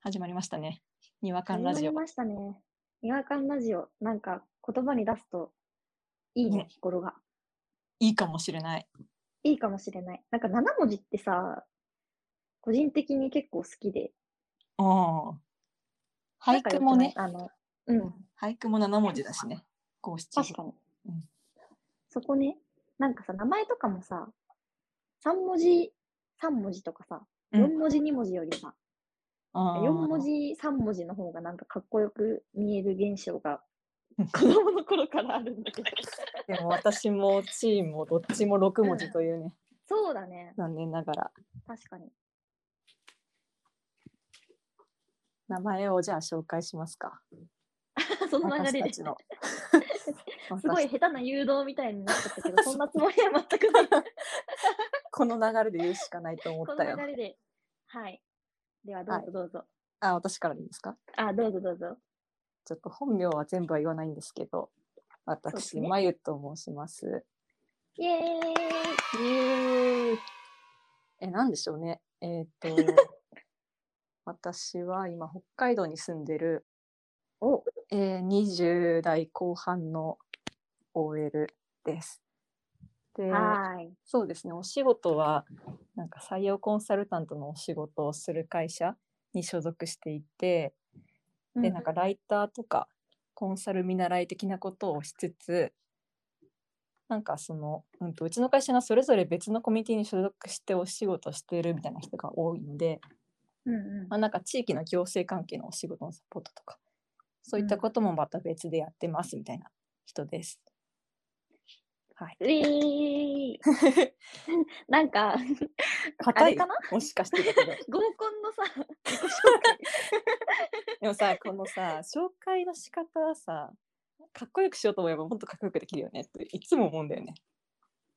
始まりましたね。にわかん始ラまジりオ。ましたね。にわかんラジオ。なんか言葉に出すといいね、ね日頃が。いいかもしれない。いいかもしれない。なんか7文字ってさ、個人的に結構好きで。うん。俳句もね、なんかよくないあの、うん、俳句も7文字だしね。五七確五。かに。うんそこね、なんかさ、名前とかもさ、3文字、3文字とかさ、うん4文字2文字よりさ、あー4文字3文字の方がなんかかっこよく見える現象 が子供の頃からあるんだけど。でも私もチームもどっちも6文字というね、そうだね。 残念ながら。確かに。名前をじゃあ紹介しますか。 その流私れたで。ちすの。ご 私い下手な誘導みたいになっちゃっ たけど、そんなつもりは全くない。この流れで言うしかない と思こったのよ流。れで。はい。では、どうぞどうぞ。あ、私からでいいですかあ、どうぞどうぞ。ちょっと本名は全部は言わないんですけど、そうで私、すねまゆと申します。イエーイイエーイえ、なんでしょうね。えっ、と、私は今、北海道に住んでる、お、えー、20代後半の OL です。で、はーい。そうですね、お仕事は、なんか採用コンサルタントのお仕事をする会社に所属していて、で、うなんかライターとかコンサル見習い的なことをしつつ、なんかその、うんと、うちの会社がそれぞれ別のコミュニティに所属してお仕事をしているみたいな人が多いので、うんうんまあ、なんか地域の行政関係のお仕事のサポートとか、そういったうんこともまた別でやってますみたいな人です。はい。ウェー イなんか、 硬いかなもしかしてだけど。合コンのさ、でもさ、このさ、紹介の仕方はさ、かっこよくしようと思えばもっとかっこよくできるよねっていつも思うんだよね。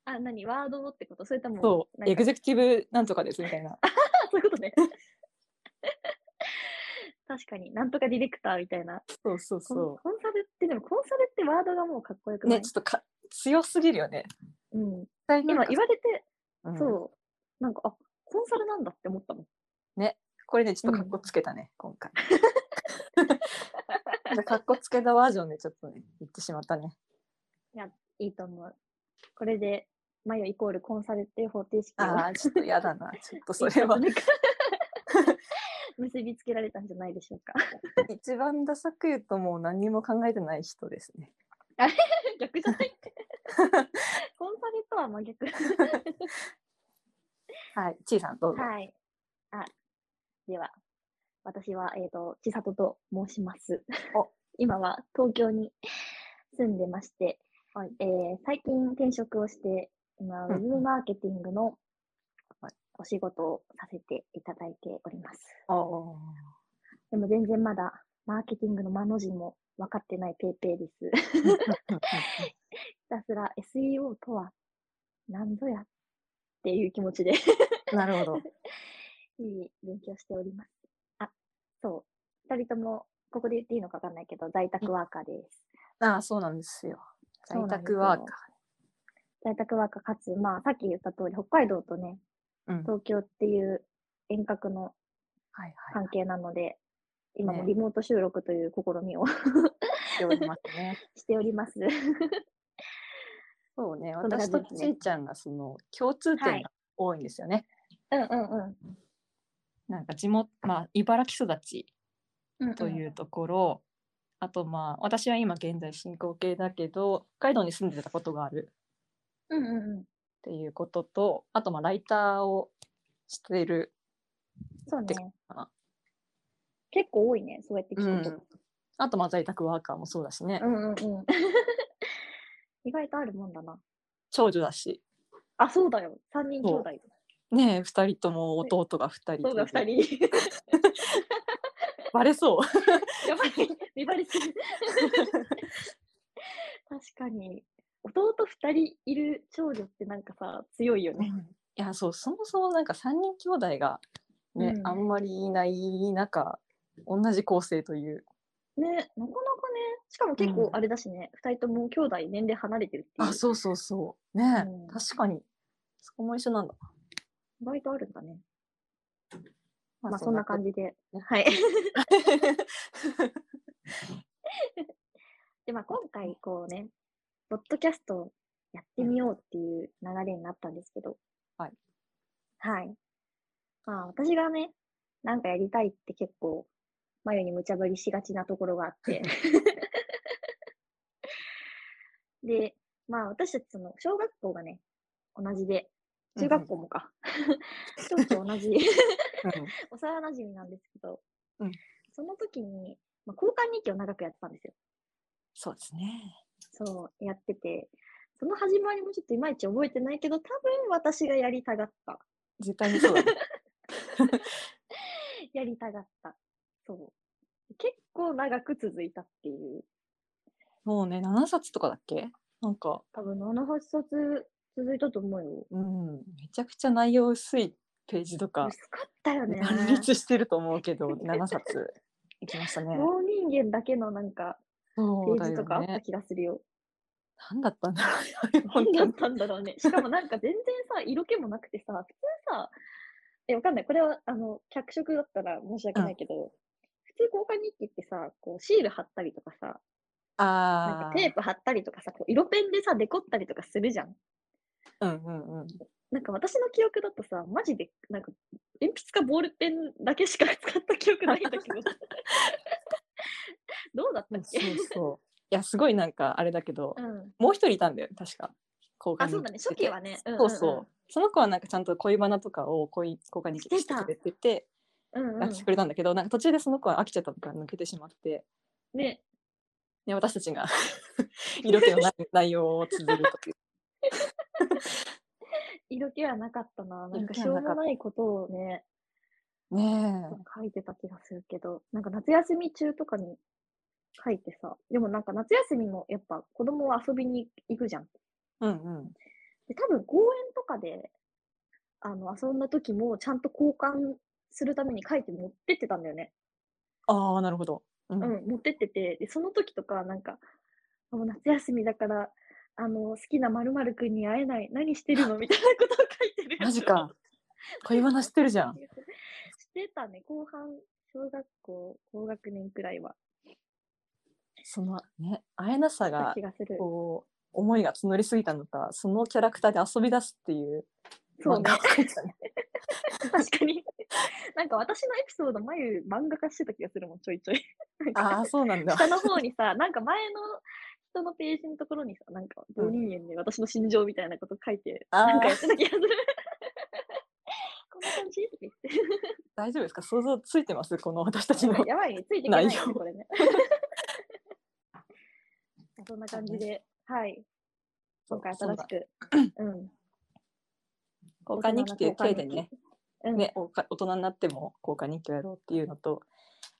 あ、何ワードってことそれとも、そう、なんかエグゼクティブなんとかですみたいな。あそういうことね。 確かに、なんとかディレクターみたいな。そうそうコンコンサルって、でもコンサルってワードがもうかっこよくない、ね、ちょっとか強すぎるよね。うん、な今んか言われて、うんそう、なんか、あコンサルなんだって思ったもん。これね、ちょっとかっこつけたね、今回。 なんかかっこつけたバージョンでちょっとね、言ってしまったね。いいと思う。これで、マヨイコールコンサルっていう方程式をああ、ちょっと嫌だな。 ちょっとそれは。 結びつけられたんじゃないでしょ うか。一番ダサく言うともう何にも考えてない人ですね。逆じゃないって。コンサルとは真逆。はい、ちいさんどうぞ。はい。あ、では、私は、えっ、と、千里と申します。お 今は東京に住んでまして、はいえー最近転職をして、今、ウうんうェんブマーケティングのはいお仕事をさせていただいております。おーでも全然まだ、マーケティングの間の字も分かってないペーペーです。ひたすら SEO とは何ぞやっていう気持ちで 日なるほ ど。々勉強しております。あ、そう。二人とも、ここで言っていいのか分かんないけど、在宅ワーカーです。ああ、そうなんですよ。そ在うなんです宅よワーカ在宅ワーカーかつ、まあ、さっき言った通り、北海道とね、ー。うん。はい東京っていう遠隔のはい関。係なので、今もねリモート収録という試みを しておりますね。しております。そうね。そんな感私じとですちねいちゃんがその共通は点いが多いんですよね。うんうんなんか地元、まあ、茨城育ちうん。というところ、あとまあ私は今現在進行形だけど北海道に住んでたことがあるうんうんうん。っていうこととあとまあライターをしているそうねでかな。結構多いね、そうやって聞くと。うんあとまあ在宅ワーカーもそうだしね、うん うんうん。意外とあるもんだな。長女だしあ、そうだよ。三人兄そう弟。ねえ2人とも弟が2人そうだ、という二人。バレそう やばい。見張りする。確かに。弟二人いる長女ってなんかさ、強いよね。いやそうそもそもなんか3人兄弟がね、うんあんまりいない中同じ構成というね、なかなかね。しかも結う構んあれだしね、二、人とも兄弟年齢離れてるっていう。あそうそうそうねえ、うん確かにそこも一緒なんだ意外とあるんだね。まあそんな感じ。じでね。はい。で、まあ今回こうね、ポッドキャストをやってみようっていう流れになったんですけど。はい。はい。まあ私がね、なんかやりたいって結構、マヨに無茶ぶりしがちなところがあ って。で、まあ私たちその小学校がね、同じで、中学校もか。 小学校 同じ。幼馴染みなんですけど、うんその時に、まあ、交換日記を長くやってたんですよ。そうですね。そう、やってて、その始まりもちょっといまいち覚えてないけど、多分私がやりたがった。 絶対にそうだね。やりたがった。そう。結構長く続いたっていう。もうね、7冊とかだっけなんか、多分7、8冊続いたと思うよ。うん、めちゃくちゃ内容薄いページとか、薄かったよね。 乱立してると思うけど、7冊いきましたね。もう人間だけのなんか、ペそうーだジよとかあったね。気がするよ。何だったんだろう ね。 本何だ当っにたんだろうね。しかもなんか全然さ、色気もなくてさ、普通さ、え、わかんない。これは、あの、脚色だったら申し訳ないけど、普通交換日記ってさ、こう、シール貼ったりとかさ、なんあかあテープ貼ったりとかさ、こう色ペンでさ、デコったりとかするじゃん。うんうんうん。なんか私の記憶だとさ、マジで、なんか、鉛筆かボールペンだけしか使った記憶ないんだけど。 どうだったっそけうそう。いや、すごいなんかあれだけど、うん。もう一人いたんだよね、確か。交換あ、そうだね。初期はね。ね。そうそう。その子はなんかちゃんと恋バナとかを恋交換日記でしてくれてて、うんうん。うんうやってくれたんだけど、なんか途中でその子は飽きちゃったのから抜けてしまって、ん。ね。ね、私たちが 色気のない内容を綴るという。色気はなかったな。なんか色気しはょなうかもったないことをね、 ねえ。書いてた気がするけど、なんか夏休み中とかに書いてさ、でもなんか夏休みもやっぱ子供は遊びに行くじゃん。うんうん。で、多分公園とかで、あの、遊んだ時もちゃんと交換するために書いて持ってってたんだよね。ああ、なるほど。う。うんん、持ってってて、で、その時とかなんか、もう夏休みだから、あの、好きな〇〇くんに会えない、何し てるのみたいなことを書いてるやつマジか。恋バナ知ってるじゃ ん。してたね、後半、小学校、高学年くらいは。そのね、会えなさだっがた気、がする。こう、思いが募りすぎたのか、そのキャラクターで遊び出すっていうそ漫うね画を、描いてたね。 確かに。なんか私のエピソード、眉、漫画化してた気がするもん、ちょいちょい。なんかああ、そうなんだ。 下の方にさ、なんか前の人のページのところにさ、なんか、同人間で私の心情みたいなこと書いて、あーなんかやってた気 がする。こんな感じって言って。大丈夫ですか想像ついてますこの私たちの。やばいね、ついていけないね内容、これね。 そんな感じで、はい。今回そう新しく。うん。交換日記っていう体でね、うん、ね、おか大人になっても交換日記をやろうっていうのと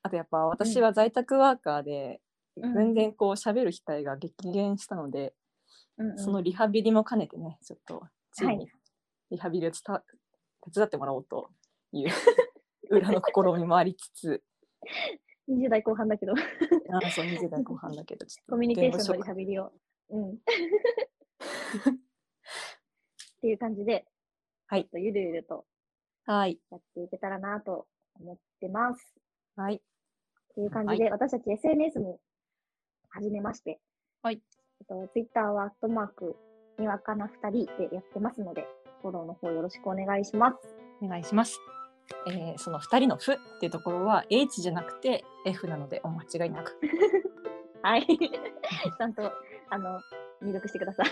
あとやっぱ私は在宅ワーカーでうん全然こう喋る機会が激減したので、うんうんそのリハビリも兼ねてねちょっとチームはにリハビリをつた手伝ってもらおうという 裏の試みもありつ つ20代後半だけど、あーそう20代後半だけどちょっとコミュニケーショ言ンのリ語障ハビリを。うん。っていう感じで、はいちょっとゆるゆると害はいやっていけたらなと思ってます。はいっていう感じで、私たち SNS も始めまして、はいえっと、Twitter はアットマーク、にわかな2人でやってますので、フォローの方よろしくお願いします。お願いします。えーその2人の「ふ」っていうところは H じゃなくて F なのでお間違いなく。はい。 ちゃんと、あの、入力してください。っ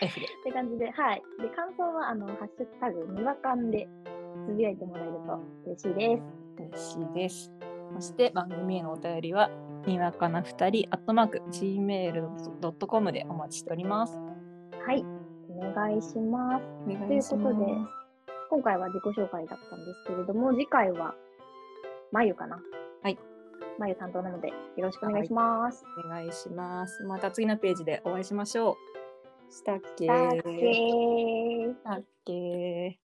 F で。て感じで、はい。で、感想は、あの、ハッシュタグ、にわかんで、つぶやいてもらえると嬉しいです。嬉しいです。そして番組へのお便りは、にわかな二人、アットマーク、gmail.com でお待ちしております。はい。お願いします。お願といいうしこまとすで、今回は自己紹介だったんですけれども、次回は、まゆかな。はい。まゆ担当なので、よろしくお願いします。お願いします。また次のページでお会いしましょう。したっけだっけーしたっけ